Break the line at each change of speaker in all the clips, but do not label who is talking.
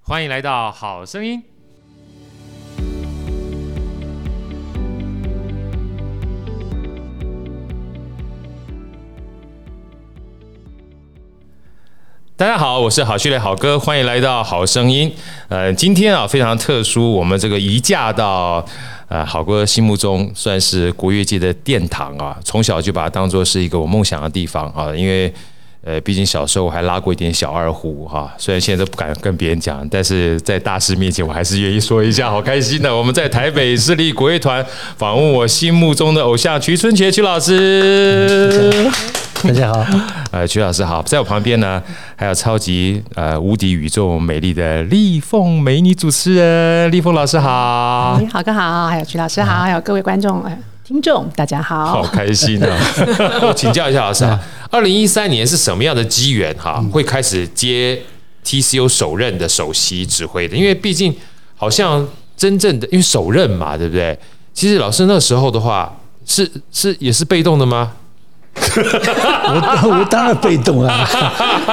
欢迎来到《好声音》。大家好，我是好序列好哥，欢迎来到《好声音》。呃，今天啊非常特殊，我们这个移驾到呃好哥心目中算是国乐界的殿堂啊，从小就把它当做是一个我梦想的地方啊，因为。呃，毕竟小时候我还拉过一点小二胡哈、虽然现在都不敢跟别人讲，但是在大师面前我还是愿意说一下，好开心的。我们在台北市立国乐团访问我心目中的偶像瞿春杰瞿老师。
大家好，
呃，曲老师好，在我旁边呢，还有超级呃无敌宇宙美丽的丽凤美女主持人，丽凤老师好，啊
你哎好，哥好，还有曲老师好，还有各位观众、呃听众，大家
好
好。
开心啊！我请教一下老师啊，二零一三年是什么样的机缘哈，会开始接 TCO 首任的首席指挥的？因为毕竟好像真正的因为首任嘛，对不对？其实老师那时候的话，是是也是被动的吗？
我我当然被 动啊，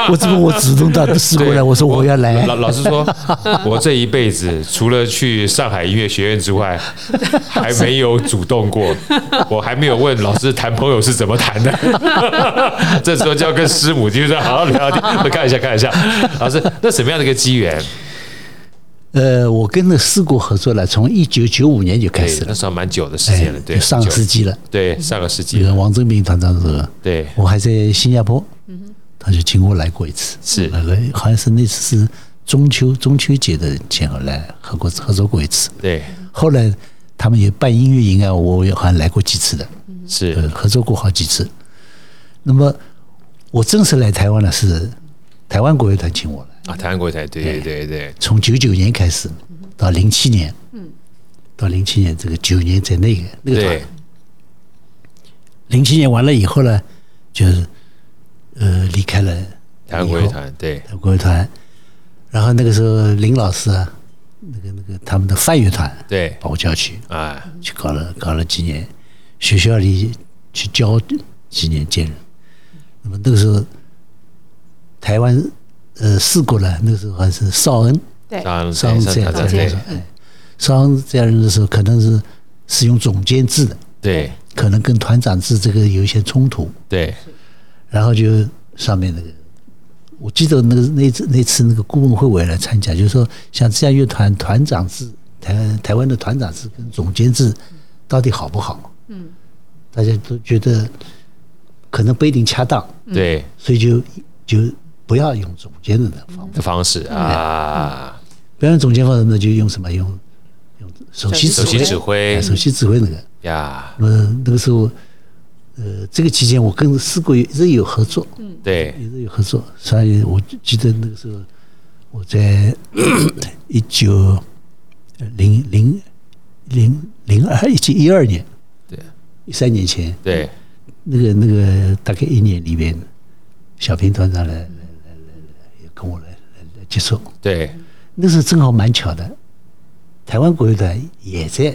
我怎么我主动到试过来？我说我要来
老，老实说，我这一辈子除了去上海音乐学院之 外，还没有主动过，我还没有问老师谈朋友是怎么谈的。 这时候就要跟师母就是好好聊聊天。我看一下，看一下，老师，那什么样的一个机缘？
呃，我跟那四国合作了，从一九九五年就开
对
始，
那
了，哎
时候蛮久的时间了，对，
就上个世
久
纪嗯了。
对上个世纪
这个
了，
王正明团长的时候，
对，嗯
我还在新加坡，他就请我来过一次，
是
来了，好像是那次是中秋中秋节的前后来合过合作过一次。
对，
后来他们也办音乐营啊，我也好像来过几次的。
是
呃，合作过好几次。那么我正式来台湾呢，是台湾国乐团请我来，
啊，台湾国台，
哎
对对对，
从九九年开始到零七年，嗯，到零七年这个九年在那个那个团
对，，
零七年完了以后呢，就是呃离开了
台湾国乐团，对
台湾国乐团，然后那个时候林老师啊，那个那个他们的泛乐团
对
把我叫去，
啊，
去搞了搞了几年，学校里去教几年兼任。那么那个时候，台湾呃四国呢，那个时候还是邵恩
对，
上
邵恩这样这
上
嗯对
样哎，邵恩这样的时候，可能是是用总监制的，
对
可能跟团长制这个有一些冲突，
对，
然后就上面那个。我记得那个那次那次那个顾问会委来参加，就是说像这样乐团团长制，台台湾的团长制跟总监制到底好不好？
嗯，
大家都觉得可能不一定恰当，
对
所以就就不要用总监的方法，
的方式
嗯
啊。
不要用总监方法，那就用什么用用首席指
首席
挥，
指挥
哎首席指挥那个。
呀，
那么那个时候，呃，这个期间我跟四国一直有合作，
对
一直有合作，所以我记得那个时候我在一九零零零零二一九一二年
对
一三年前，
对
那个那个大概一年里面，小平团长来来来来来也跟我来来来接触。
对
那时候正好蛮巧的，台湾国乐团也在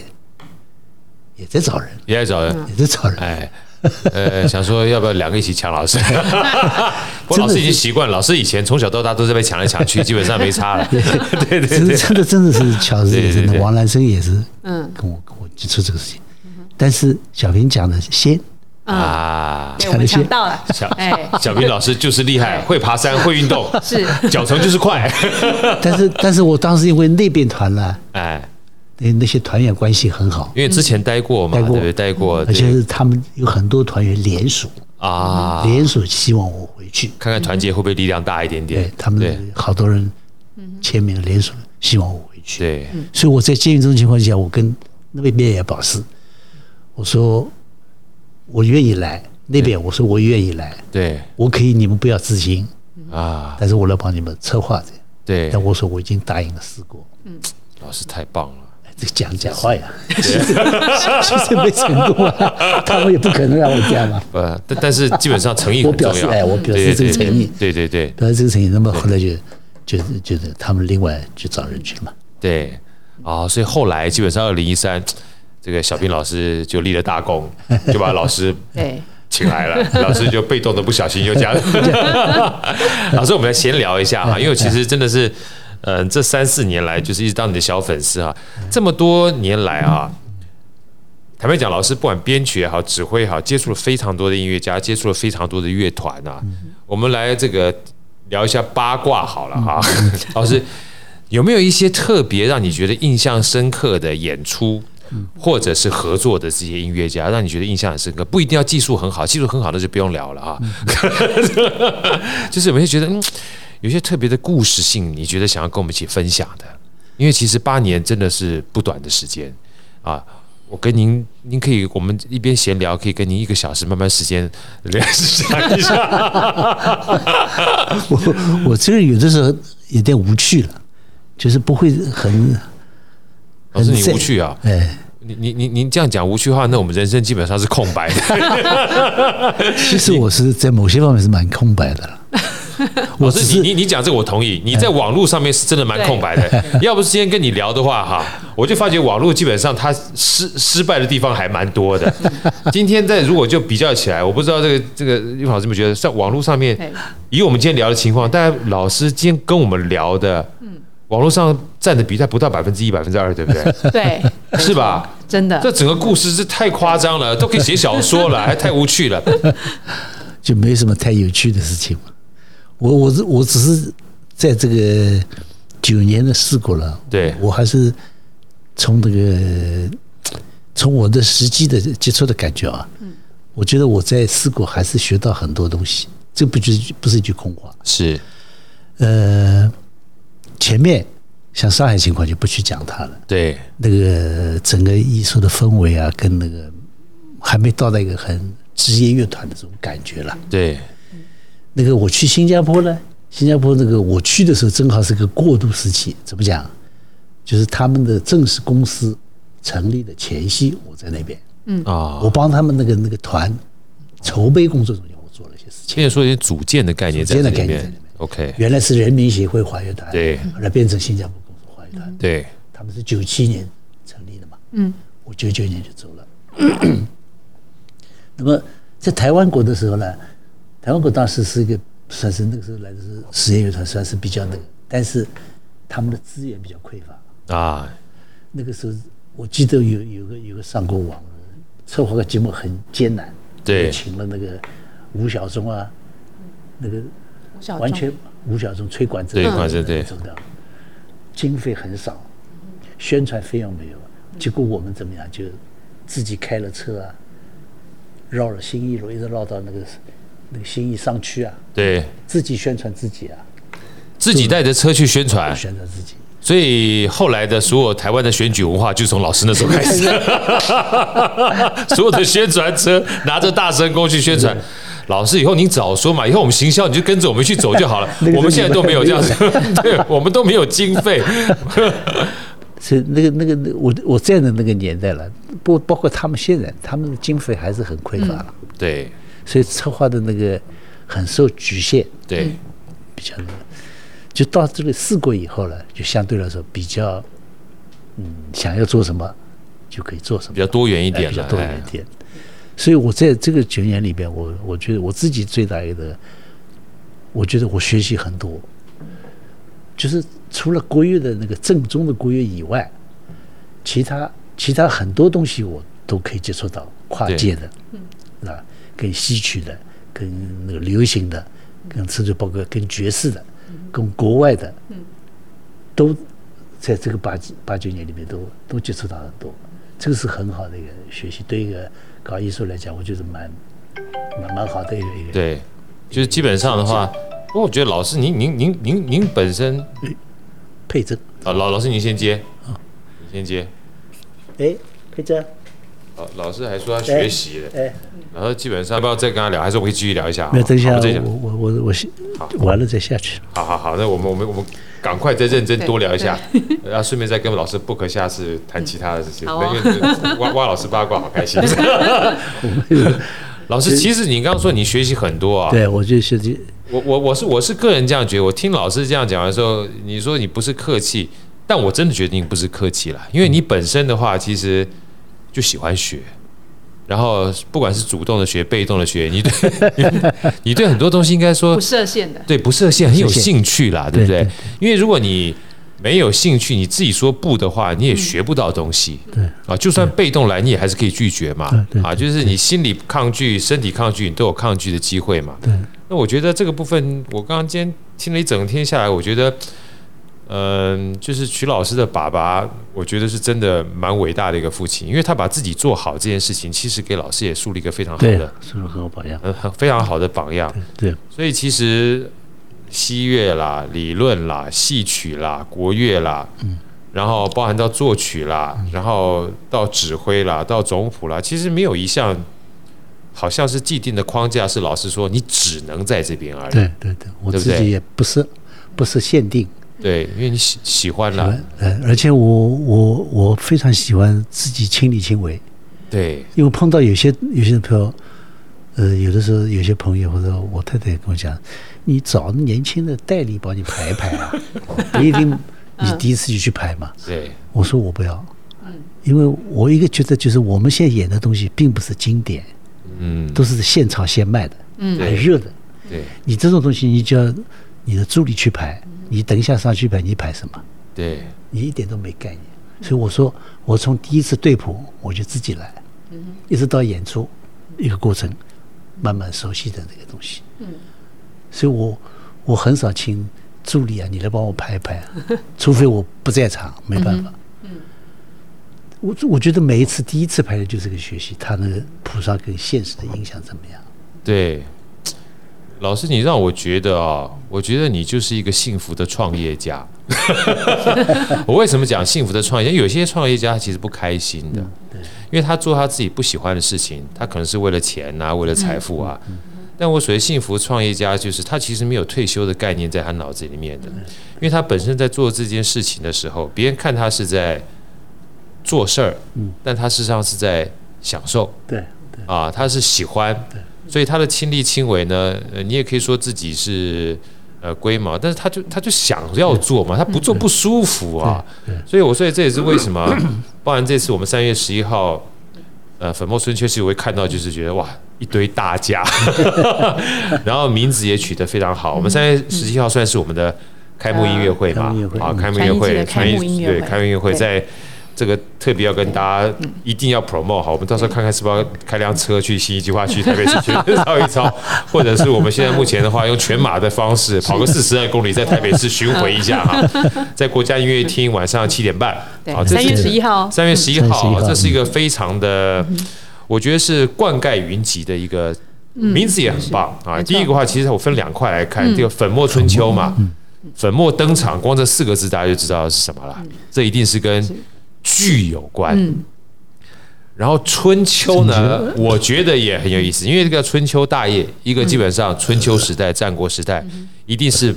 也在找人，
也在找人，
也在找人。
哎，呃，想说要不要两个一起抢老 师？ 我老
真的
师
是
已经习惯，老师以前从小到大都是被抢来抢 去，基本上没差了。 对对
真的
对
真的真的 是巧，
对对
是真
对
的。王兰生也是
嗯
跟我跟我接触这个事情，但是小平讲的先，
嗯，
啊，
对，我们抢到了，
小
哎，
小平老师就是厉
哎
害，会爬山，会运 动，
是
脚程就是快。
但是但是我当时因为那边团啦，
哎，
那那些团员关系很好，
因为之前待过嘛，
待
对
过嗯
不对？待过，
而且嗯
对
是他们有很多团员联署，
啊，
联署希望我回去。
看看团结会不会力量大一点
对
点？
他
对
们好多人签名联署，希望我回去。
对
所以我在监狱这种情况下，我跟那边也保持，我说我愿意来，那边我说我愿意来，
对
我可以你们不要执行，
啊，
但是我来帮你们策划这样。
对，
但我说我已经答应了四国，
老师太棒了。
哎这个讲假话呀，其实 其实没成功 啊，他们也不可能让我啊这样嘛。
呃，但但是基本上诚意
我
很重
表示
要。
哎我表示
对
这个诚意
对对对
本来这个成绩，那么后来就就是就是他们另外去找人去了嘛。
对啊、所以后来基本上二零一三，这个小平老师就立了大功，就把老师
对，
请来了，老师就被动的不小心就这样。老师，我们来闲聊一下哈，因为其实真的是。呃，这三四年来，就是一直当你的小粉丝啊，这么多年来啊，坦白讲，老师不管编曲也好，指挥也好，接触了非常多的音乐家，接触了非常多的乐团啊。我们来这个聊一下八卦好了哈、 老师有没有一些特别让你觉得印象深刻的演出？或者是合作的这些音乐家，让你觉得印象很深刻，不一定要技术很好，技术很好那就不用聊了啊。 就是有没有觉得，嗯，有些特别的故事性，你觉得想要跟我们一起分享的？因为其实八年真的是不短的时间啊。我跟您，您可以我们一边闲聊，可以跟您一个小时慢慢时间聊想一下。
我我这个人有的时候有点无趣了，就是不会很
老师，你
很
无趣啊！
哎，
你你你您这样讲无趣的话，那我们人生基本上是空白的。
其实我是在某些方面是蛮空白 的了。我
老
只
师，你
是哎
你你讲这个我同意，你在网络上面是真的蛮
对
空白的。 要不是今天跟你聊的话，哈，我就发觉网络基本上它失失败的地方还蛮多 的。今天在如果就比较起来，我不知道这个这个玉老师有没有觉得，在网络上面
对，
以我们今天聊的情况，但老师今天跟我们聊的，网络上占的比赛不到百分之一、百分之二，对不对？
对，
是吧？
真的
这整个故事是太夸张了，都可以写小说了，还太无趣了。
就没什么太有趣的事情嘛。我我是我只是在这个九年的事故了，
对
我还是从这个从我的实际的接触的感觉啊，我觉得我在事故还是学到很多东西，这不就是不是一句空话。
是
呃，前面像上海情况就不去讲它了，
对，
那个整个艺术的氛围啊，跟那个还没到那个很职业乐团的这种感觉了。
对，
那个我去新加坡呢，新加坡那个我去的时候正好是个过渡时期，怎么讲？就是他们的正式公司成立的前夕，我在那边，
啊，
我帮他们那个那个团筹备工作中间，我做了一些事情。
现在说一些组建的概念在这
组
里
建的概念在
面
里面。
OK，
原来是人民协会华乐团，
对
后来变成新加坡公司华乐团，
对，
他们是九七年成立的嘛，嗯，我九九年就走了。 那么在台湾国的时候呢，台湾国当时是一个算是那个时候来的是实验乐团，算是比较那个，但是他们的资源比较匮乏。
啊，
那个时候我记得有有个有个上过网，策划个节目很艰难，
对
我请了那个吴晓松啊，那个
我小
完
众
全吴晓松吹管子，
对管子对
走的，经费很少，宣传费用没有，结果我们怎么样就自己开了车啊，绕了新一路一直绕到那个那个新义商区啊，
对
自己宣传自己啊，
自己带着车去宣传，
宣传自己。
所以后来的所有台湾的选举文化就从老师那时候开 始，所有的宣传车拿着大声公去宣传。老师，以后您早说嘛，以后我们行销你就跟着我们去走就 好了。
个是
我们现在都没有这样子
你，
对我们都没有经 费。
所以那个那个那我我在的那个年代了，不包括他们现在，他们的经费还是很匮乏了，
对
所以策划的那个很受局限。
对
比较那个，就到这里试过以后呢，就相对来说比较，嗯，想要做什么就可以做什么，
比较多元一点
哎比
了
较多元一点。所以我在这个九年里边，我我觉得我自己最大一个，我觉得我学习很多，就是除了国乐的那个正宗的国乐以外，其他其他很多东西我都可以接触到跨界的，啊，跟戏曲的，跟那个流行的，跟甚至包括跟爵士的，跟国外的，都在这个八几八九年里面都都接触到很多，这个是很好的一个学习，对一个搞艺术来讲，我觉得蛮蛮蛮好的一个一个。
对，就是基本上的话，不过我觉得老师您您您您您本身
佩珍，
啊，老老师您先接，你先接。
哎，佩珍，
老老师还说他学习了，
哎，
然后基本上要不要再跟他聊，还是我们可以继续聊一下？
没有，等一
好
下
我们再，讲
我我我我先完了再下去。
好好好，那我们我们我们赶快再认真
对
多聊一下， 然后顺便再跟老师 book 下次谈其他的事情。
好
啊
哦
因为挖挖老师八卦好开 心。老师，其实你刚刚说你学习很多啊，
对，我就学习，
我我我是我是个人这样觉得，我听老师这样讲的时候，你说你不是客气，但我真的觉得你不是客气啦，因为你本身的话其实就喜欢学，然后不管是主动的学、被动的学，你对你 你对很多东西应该说
不设限的，
对不设限很有
谢谢
兴趣啦，对不对
对对？
因为如果你没有兴趣，你自己说不的话，你也学不到东西。
对
啊，就算被动来，你也还是可以拒绝嘛
对对。
啊，就是你心里抗拒、身体抗拒，你都有抗拒的机会嘛。
对，
那我觉得这个部分，我刚刚今天听了一整天下来，我觉得，嗯、就是曲老师的爸爸，我觉得是真的蛮伟大的一个父亲，因为他把自己做好这件事情，其实给老师也树立一个非常好
对
的、，呃
是不是很好榜样？
很很非常好的榜样。
对，
所以其实西乐啦、理论啦、戏曲啦、国乐啦，
嗯
然后包含到作曲啦，然后到指挥啦、到总谱啦，其实没有一项好像是既定的框架，是老师说你只能在这边而已。
对对对，我
哎对不
自
对
己也不是不是限定，
对，因为你喜喜欢啦，
呃，而且我我我非常喜欢自己亲力亲为，
对
因为碰到有些有些朋友，呃，有的时候有些朋友或者我太太也跟我讲，你找年轻的代理帮你排一排 啊，不一定你第一次就去排嘛。
对
我说我不要，因为我一个觉得就是我们现在演的东西并不是经典，
嗯，
都是现炒现卖的，很
对
热的。
对
你这种东西，你就要你的助理去排，你等一下上去排，你排什么？
对，
你一点都没概念。所以我说，我从第一次对谱我就自己来，一直到演出一个过程，慢慢熟悉的这个东西。所以我我很少请助理啊，你来帮我排一排啊， 除非我不在场，没办法。我我觉得每一次第一次排的就是个学习，它那个谱上跟现实的影响怎么样？
对，老师，你让我觉得啊、我觉得你就是一个幸福的创业家。 我为什么讲幸福的创业家？因为有些创业家他其实不开心的，因为他做他自己不喜欢的事情，他可能是为了钱啊，为了财富啊。但我所谓幸福创业家，就是他其实没有退休的概念在他脑子里面的，因为他本身在做这件事情的时候，别人看他是在做事儿，但他事实上是在享受。
对
啊，他是喜欢，所以他的亲力亲为呢，呃你也可以说自己是呃龟毛，但是他就他就想要做嘛，他不做不舒服啊，所以我所以这也是为什么， 包含这次我们三月十一号，呃，粉墨春秋其实我会看到就是觉得哇。一堆大 家，然后名字也取得非常好。我们三月十七号算是我们的开幕音乐会
开
嘛
幕音乐？会
啊，
嗯
开幕音
传
乐
艺季
会，
的
传
开
艺
幕音乐
对
会
开幕音乐会
对
在这个特别要跟大家一定要 promote 好，我们到时候看看是不是要开辆车去新一计划区、台北市区绕一遭，或者是我们现在目前的话，用全马的方式跑个四十二公里，在台北市巡回一下 哈，在国家音乐厅晚上七点半，
对
好，，这
三月
是
十一号，嗯
三月十一号啊，
嗯
这是一个非常的，我觉得是灌溉云集的一个
嗯
名字也很棒啊。
没错嗯
第一个的话，其实我分两块来看，这个粉墨春秋嘛，粉墨登场，光这四个字大家就知道是什么了，
嗯
这一定是跟剧有关。然后春秋呢，我觉得也很有意思，因为这个春秋大业，一个基本
嗯
上春秋时代、战国时代，一定是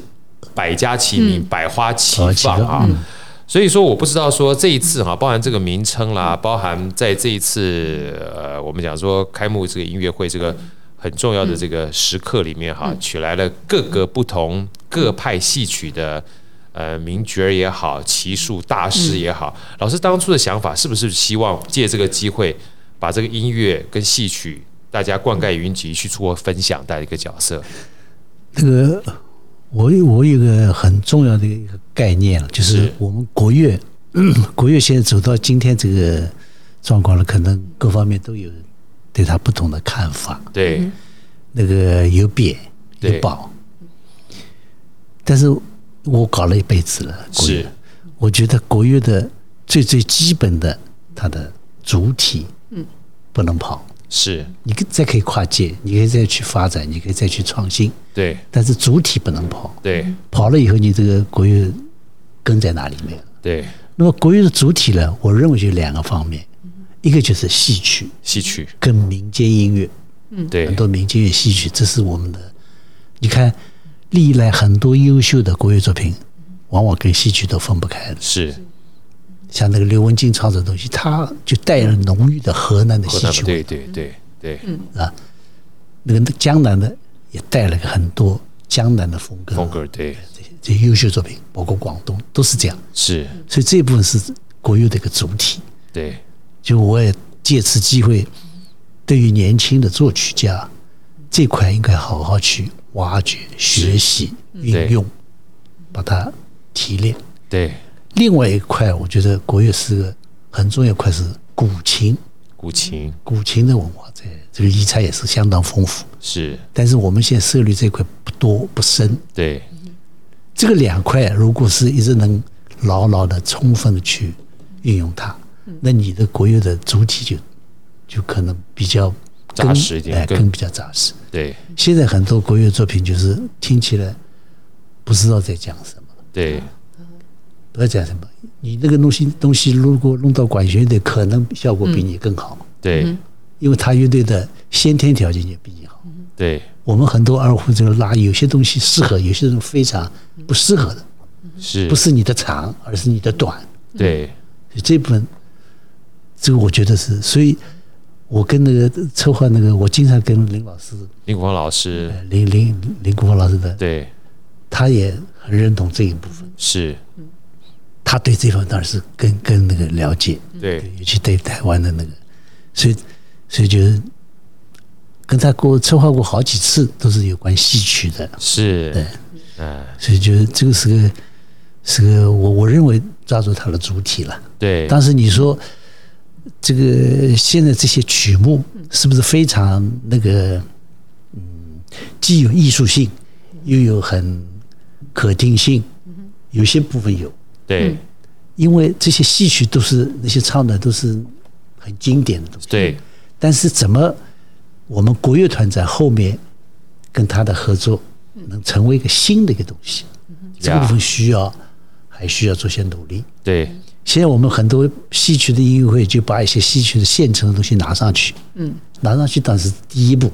百家齐鸣、百花齐
百花齐
放
放
啊。所以说，我不知道说这一次哈、包含这个名称啦，包含在这一次呃，我们讲说开幕这个音乐会这个很重要的这个时刻里面哈、取来了各个不同各派戏曲的呃名角儿也好，奇术大师也好，老师当初的想法是不是希望借这个机会把这个音乐跟戏曲大家灌溉云集，去做分享的一个角色？
那个我有我有一个很重要的一个概念啊，就是
是
我们国乐， 国乐现在走到今天这个状况了，可能各方面都有对它不同的看法，
对、
那个有贬有
对
褒，但是我搞了一辈子了，国乐
是，
我觉得国乐的最最基本的它的主体，嗯，不能跑，
是，
你可再可以跨界，你可以再去发展，你可以再去创新，
对
但是主体不能跑。
对
跑了以后，你这个国乐根在哪里面？
对，
那么国乐的主体呢，我认为就两个方面，一个就是戏曲
戏曲
跟民间音乐，
对
很多民间乐戏曲，这是我们的。你看，历来很多优秀的国乐作品，往往跟戏曲都分不开的。
是
像那个刘文静唱的东西，他就带了浓郁的河南的
河
戏
南
曲
对
味，
对对对，
嗯那个江南的也带了很多江南的风格。
风格对
这些这些优秀作品，包括广东都是这样。
是，
所以这部分是国乐的一个主体。
对
就我也借此机会，对于年轻的作曲家这块应该好好去挖掘、学习、运用，把它提炼。
对
另外一块，我觉得国乐是个很重要一块是古琴，
古琴
古琴的文化在这个遗产也是相当丰富，
是
但是我们现在涉猎这一块不多不深。
对，
这个两块如果是一直能牢牢的、充分的去运用它，那你的国乐的主体就就可能比较
扎
根
实一点
哎，
更
更比较扎实。
对
现在很多国乐作品就是听起来不知道在讲什么，
对
不知道讲什么。你那个东西东西如果弄到管弦乐队，可能效果比你更好，
嗯
嗯
对
因为他乐队的先天条件也比你好。
对，
我们很多二胡这个拉，有些东西适合，有些东西非常不适合的，
是
不是你的长，而是你的短。
对
所以这部分，这个我觉得是，所以我跟那个策划那个，我经常跟林老师、
林国老师
呃林林林国华老师的，
对
他也很认同这一部分，
是，
他对这方面当然是更更那个了解，
对
尤其对台湾的那个，所以所以就是跟他过策划过好几次，都是有关戏曲的，
是
对，
嗯
所以就是这个是个是个我我认为抓住它的主体了。
对
当时你说这个现在这些曲目
嗯
是不是非常那个，嗯，既有艺术性，
嗯
又有很可定性，有些部分有，嗯
对
因为这些戏曲都是那些唱的都是很经典的东西，
对
但是怎么我们国乐团在后面跟他的合作
嗯
能成为一个新的一个东西，这个部分需要还需要做些努力。
对
现在我们很多戏曲的音乐会就把一些戏曲的现成的东西拿上去，嗯，拿上去当然是第一步，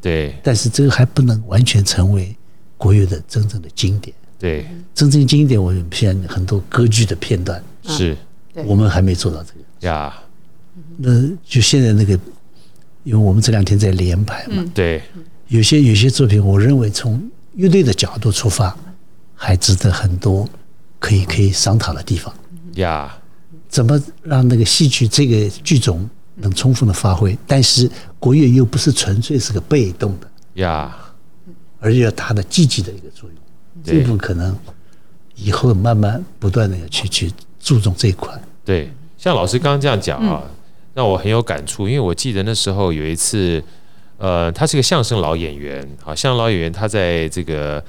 对
但是这个还不能完全成为国乐的真正的经典。
对
真正经典，我们现在很多歌剧的片段，
是
对
我们还没做到这个。
呀，
那就现在那个，因为我们这两天在联排嘛，
对
有些有些作品，我认为从乐队的角度出发，还值得很多可以可以商讨的地方。
呀，
怎么让那个戏曲这个剧种能充分的发挥？但是国乐又不是纯粹是个被动的，
呀，
而要它的积极的一个作用。这
对
一部分可能以后慢慢不断的要去去注重这一块。
对，像老师刚刚这样讲啊，让我很有感触，因为我记得那时候有一次，呃，他是个相声老演员，好，相声老演员他在这个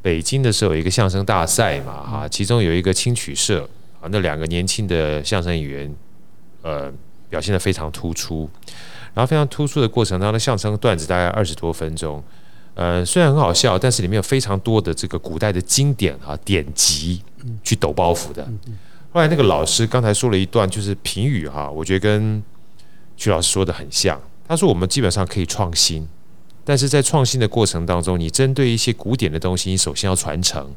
北京的时候有一个相声大赛嘛，哈、其中有一个青曲社，啊，那两个年轻的相声演员，呃，表现得非常突出，然后非常突出的过程当中，相声段子大概二十多分钟。呃，虽然很好笑，但是里面有非常多的这个古代的经典啊典籍去抖包袱的，后来那个老师刚才说了一段，就是评语哈、我觉得跟曲老师说的很像。他说我们基本上可以创新，但是在创新的过程当中，你针对一些古典的东西，你首先要传承，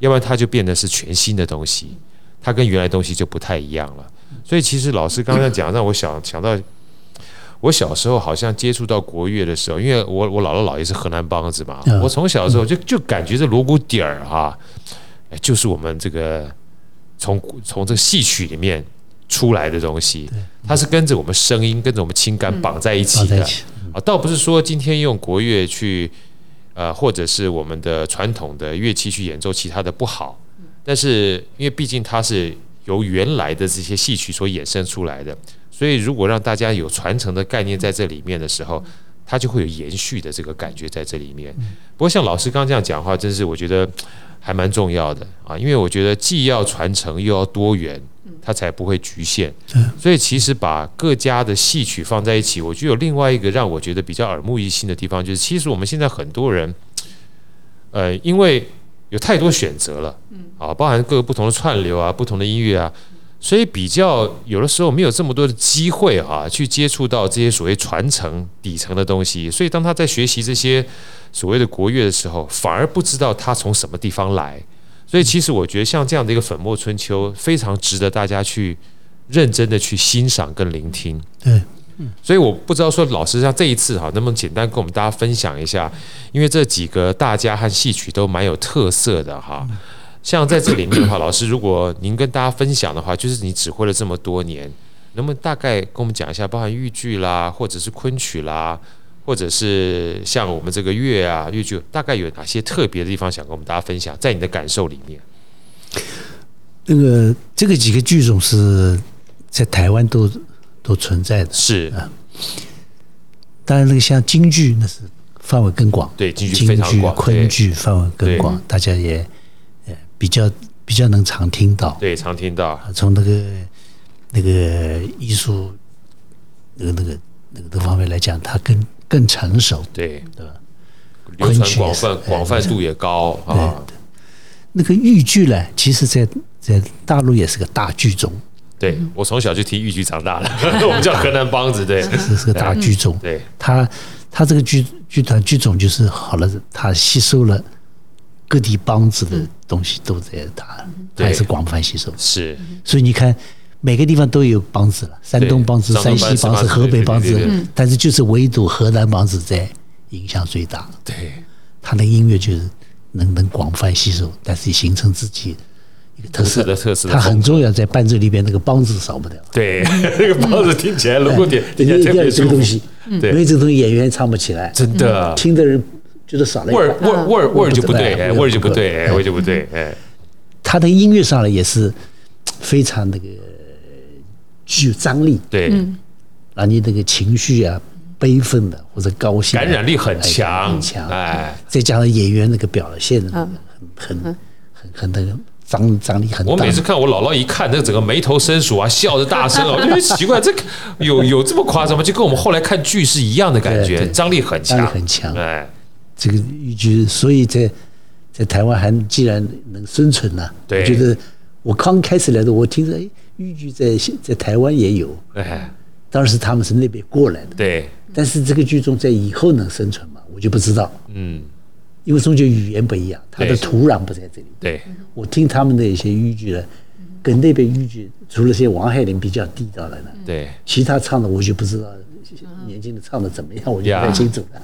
要不然它就变得是全新的东西，它跟原来东西就不太一样了。所以其实老师刚才讲，让我想想到。我小时候好像接触到国乐的时候，因为我我姥姥姥爷是河南梆子嘛，
嗯
我从小的时候就就感觉这锣鼓底儿哈、哎就是我们这个从古从这个戏曲里面出来的东西，它是跟着我们声音、跟着我们情感绑在一起
放在一
的。
起，
啊，倒不是说今天用国乐去，呃，或者是我们的传统的乐器去演奏其他的不好，但是因为毕竟它是由原来的这些戏曲所衍生出来的，所以如果让大家有传承的概念在这里面的时候，它就会有延续的这个感觉在这里面。不过像老师刚刚这样讲话，真是我觉得还蛮重要的啊，因为我觉得既要传承又要多元。它才不会局限，所以其实把各家的戏曲放在一起，我觉得有另外一个让我觉得比较耳目一新的地方，就是其实我们现在很多人，呃，因为有太多选择了，啊，包含各个不同的串流啊、不同的音乐啊，所以比较有的时候没有这么多的机会哈、去接触到这些所谓传承底层的东西，所以当他在学习这些所谓的国乐的时候，反而不知道他从什么地方来。所以其实我觉得像这样的一个粉墨春秋，非常值得大家去认真的去欣赏跟聆听。
对，
所以我不知道说老师像这一次哈，能不能简单跟我们大家分享一下？因为这几个大家和戏曲都蛮有特色的哈。像在这里面的话，老师如果您跟大家分享的话，就是你指挥了这么多年，能不能大概跟我们讲一下，包含豫剧啦，或者是昆曲啦，或者是像我们这个乐啊、豫剧，大概有哪些特别的地方想跟我们大家分享，在你的感受里面？
那个这个几个剧种是在台湾都都存在的，
是
当然那个像京剧那是范围更广，
对京
京
剧非常广
昆剧范围更广，大家也呃比较比较能常听到。
对，常听到，
从那个那个艺术那个那个那个这方面来讲，它更更成熟。
对
对吧
流传
昆曲
广
也是哎
泛，广泛度也高啊，
那个豫剧呢，其实在在大陆也是个大剧种，
对我从小就听豫剧长大的， 我们叫河南梆子，对
这嗯是个大剧种。
嗯对
它它这个剧剧团剧种就是好了，它吸收了各地梆子的东西都在它，它
对
也是广泛吸收。
是，
所以你看，每个地方都有梆子了，山东梆子、
山
山
东
西
梆子
梆子、
对
河北梆
对对对
子，但是就是唯独河南梆子在影响最大，
对
它的音乐就是能能广泛吸收，但是也形成自己一个特色
独特的特色的
它
风
很重要，在伴奏里边那个梆子少不了。
对， 那个梆子听起来锣鼓点听
一
起来
定
特
要
别
有嗯这
舒
个东
服嗯
西，，嗯没有
对，
这个东西演员唱不起来，
真的
听的人觉得少了一
味
个
儿味儿味儿味儿就不对，
嗯
哎，味儿就不对，哎，味儿就不对，哎，
他的音乐上呢也是非常那个具有张力，
对，
啊，你那个情绪啊、悲愤的或者高兴啊、
感染力很
哎
强
很，强。
哎，
再加上演员那个表现的那个很很很很那个张张力很大。
我每次看我姥姥一看，那整个眉头深锁啊，笑着大 声啊，我就觉得奇怪，这个有有这么夸张吗？就跟我们后来看剧是一样的感
对
觉，
对
张力很
张力
强，
很强
哎，
这个豫剧，所以在在台湾还既然能生存呢、
对
我觉得我刚开始来的，我听着哎，豫剧在在台湾也有，
哎，
当时他们是那边过来的，
对，
但是这个剧种在以后能生存吗？我就不知道，
嗯，
因为中间语言不一样，它的
对
土壤不在这里。
对，
我听他们的一些豫剧呢，跟那边豫剧除了些王海林比较地道的呢，
对，
其他唱的我就不知道，年轻的唱的怎么样，我就不太
呀
清楚了。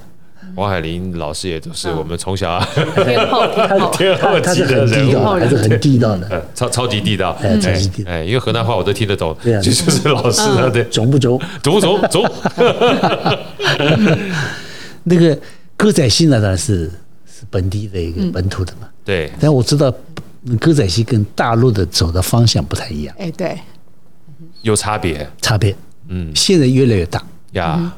王海林老师也都是我们从小 啊
天后天后，
天后
他他
级
是
的
很
人
地道
物。
的，还是很地道的。
呃超超级地道，
哎超级地道
哎，因为河南话我都听得懂，
对啊
这就是老师的对，
中不中？
走走 走，
那个歌仔戏呢，当然是是本地的一个本土的嘛。
对，
但我知道嗯歌仔戏跟大陆的走的方向不太一样，
哎，对，
有差别
差别。嗯，现在越来越大。
呀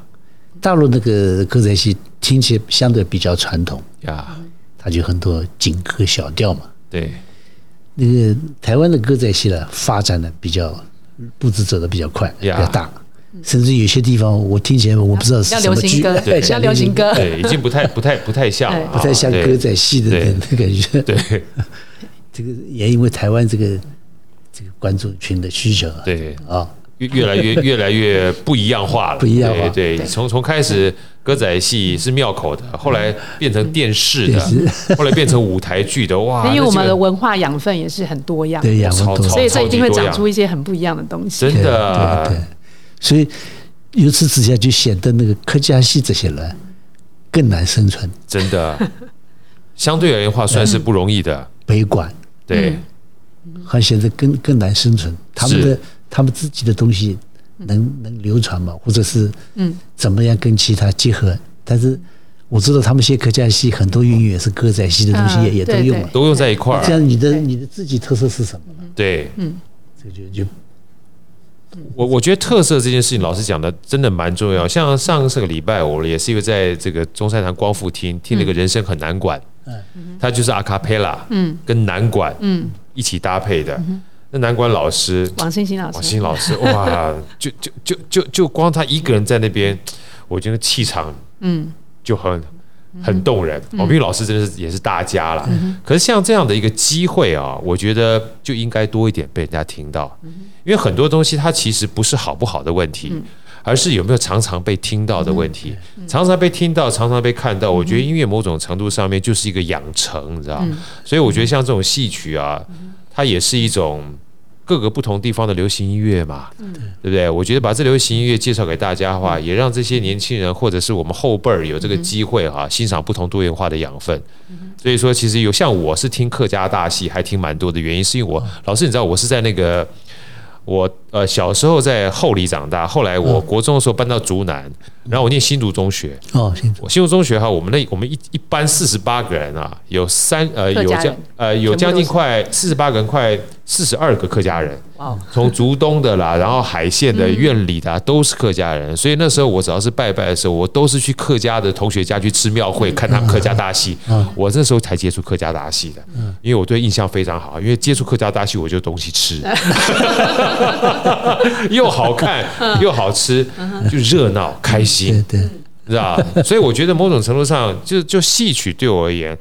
大陆那个歌仔戏听起来相对比较传统，
呀，
它就很多景和小调嘛。
对，
那个呃台湾的歌仔戏呢，发展的比较步子走的比较快，比
呀
较大，甚至有些地方我听起来我不知道是
要
什
流
么剧
行，歌，
哎
要流行，歌，
对，已经不太不太不太像了啊，
不太像歌仔戏的
对
那那感觉。
对，对
这个也因为台湾这个这个观众群的需求啊，
对
啊，
越越来 越越来越不一样化了，
不一样化
对对，从从开始歌仔戏是庙口的，后来变成电视的， 后来变成舞台剧的，哇！
因
啊
为
那
我们
这
的
个
文化养分也是很多样，
对，养分
超
多，
超
所以这
超
一定
级
会
多
长
样，
出一些很不一样的东西。
真
对对
的，，
所以由此之下就显得那个客家戏这些人更难生存，
真的，相对而言的话算是不容易的，
北管
对
还显得更更难生存，他们的他们自己的东西能能流传吗？或者是嗯，怎么样跟其他结合？但是我知道他们些客家戏很多运用也是歌仔戏的东西
嗯
也也都
对
用
对
了，
都用在一块
这
儿，
样你的你的自己特色是什么呢？
对。
这个就就
我我觉得特色这件事情，老师讲的真的蛮重要。像上上个礼拜，我也是因为在这个中山堂光复厅听那个《人生很难管》，
嗯
他就是阿卡贝拉，嗯，跟南管，嗯，一起搭配的。那南管老师，
王欣欣老
王
师，
鑫老师，哇，就就就就就光他一个人在那边，我觉得气场，嗯，就很很动人。王斌老师真的是也是大家啦。可是像这样的一个机会啊，我觉得就应该多一点被人家听到，因为很多东西它其实不是好不好的问题。而是有没有常常被听到的问题，常常被听到，常常被看到。我觉得音乐某种程度上面就是一个养成，你知道？所以我觉得像这种戏曲啊，它也是一种各个不同地方的流行音乐嘛，对不对？我觉得把这流行音乐介绍给大家的话，也让这些年轻人或者是我们后辈儿有这个机会哈、欣赏不同多元化的养分。所以说，其实有像我是听客家大戏，还听蛮多的原因，是因为我老师你知道我是在那个我呃小时候在后里长大，后来我国中的时候搬到竹南，然后我念新竹中学。
哦，新竹
我新竹中学哈，我们那我们一一班四十八个人啊，有三呃
客
有
家人
将呃有
全部
将
都
近
是
快四十八个人，快四十二个客家人。
哇哦，嗯
从竹东的啦，然后海线的、院里的、啊、都是客家人，所以那时候我只要是拜拜的时候，我都是去客家的同学家去吃庙
嗯
会，看他们客家大戏。我那时候才接触客家大戏的，因为我对印象非常好，因为接触客家大戏我就有东西 吃，又好看
嗯
又好吃，就热闹开心
对。对，
是吧？所以我觉得某种程度上，就就戏曲对我而言，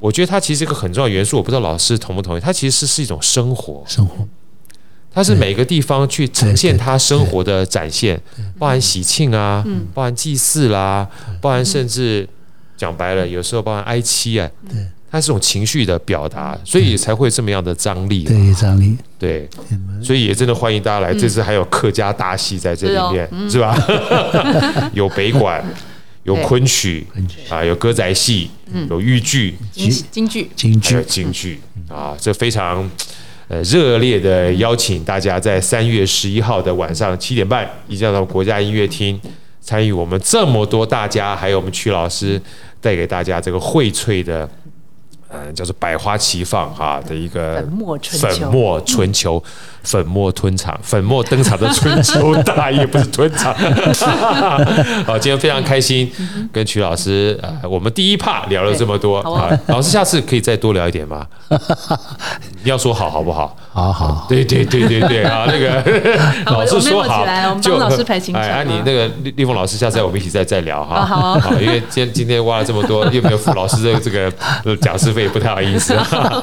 我觉得它其实一个很重要的元素，我不知道老师同不同意，它其实是一种生活，
生活
它是每个地方去呈现他生活的展现，包含喜庆啊，包含祭祀啦，包含甚至讲白了，有时候包含哀戚啊，
对，
它是种情绪的表达，所以才会这么样的张力嘛。
对有张力，
对，所以也真的欢迎大家来，
嗯
这次还有客家大戏在这
哦
里面，是吧？ 有北管，有昆曲啊，有歌仔戏，
嗯
有豫剧，
京京剧，
京
还有
剧
京剧啊，这非常呃热烈的邀请大家在三月十一号的晚上七点半，一定要到国家音乐厅参与我们这么多大家，还有我们曲老师带给大家这个荟萃的。呃，叫做百花齐放哈、的一个
粉墨春秋
粉墨春秋，粉墨吞场，粉墨登场的春秋大业不是吞场。 好，今天非常开心跟曲老师，呃，我们第一趴聊了这么多
好啊
啊，老师下次可以再多聊一 点吗？你要说好好不好？
好好，
对对对对 对啊，那个
好我
老师说
我 memo
好
起来了我，们
就
帮老师排行程
哎，
好
啊
吗
你那个立立凤老师，下次我们一起再再聊哈。
啊好啊
因为今今天挖了这么多，又没有付老师的这个呃讲师费，不太好意思。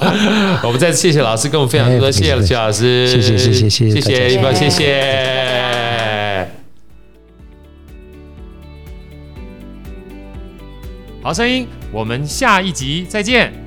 我们再次谢谢老师跟我们分享多，
哎
谢谢
不客气
徐老师，
谢谢谢谢谢
谢
谢
谢一
大
峰，
家
谢
谢谢
谢。好声音，我们下一集再见。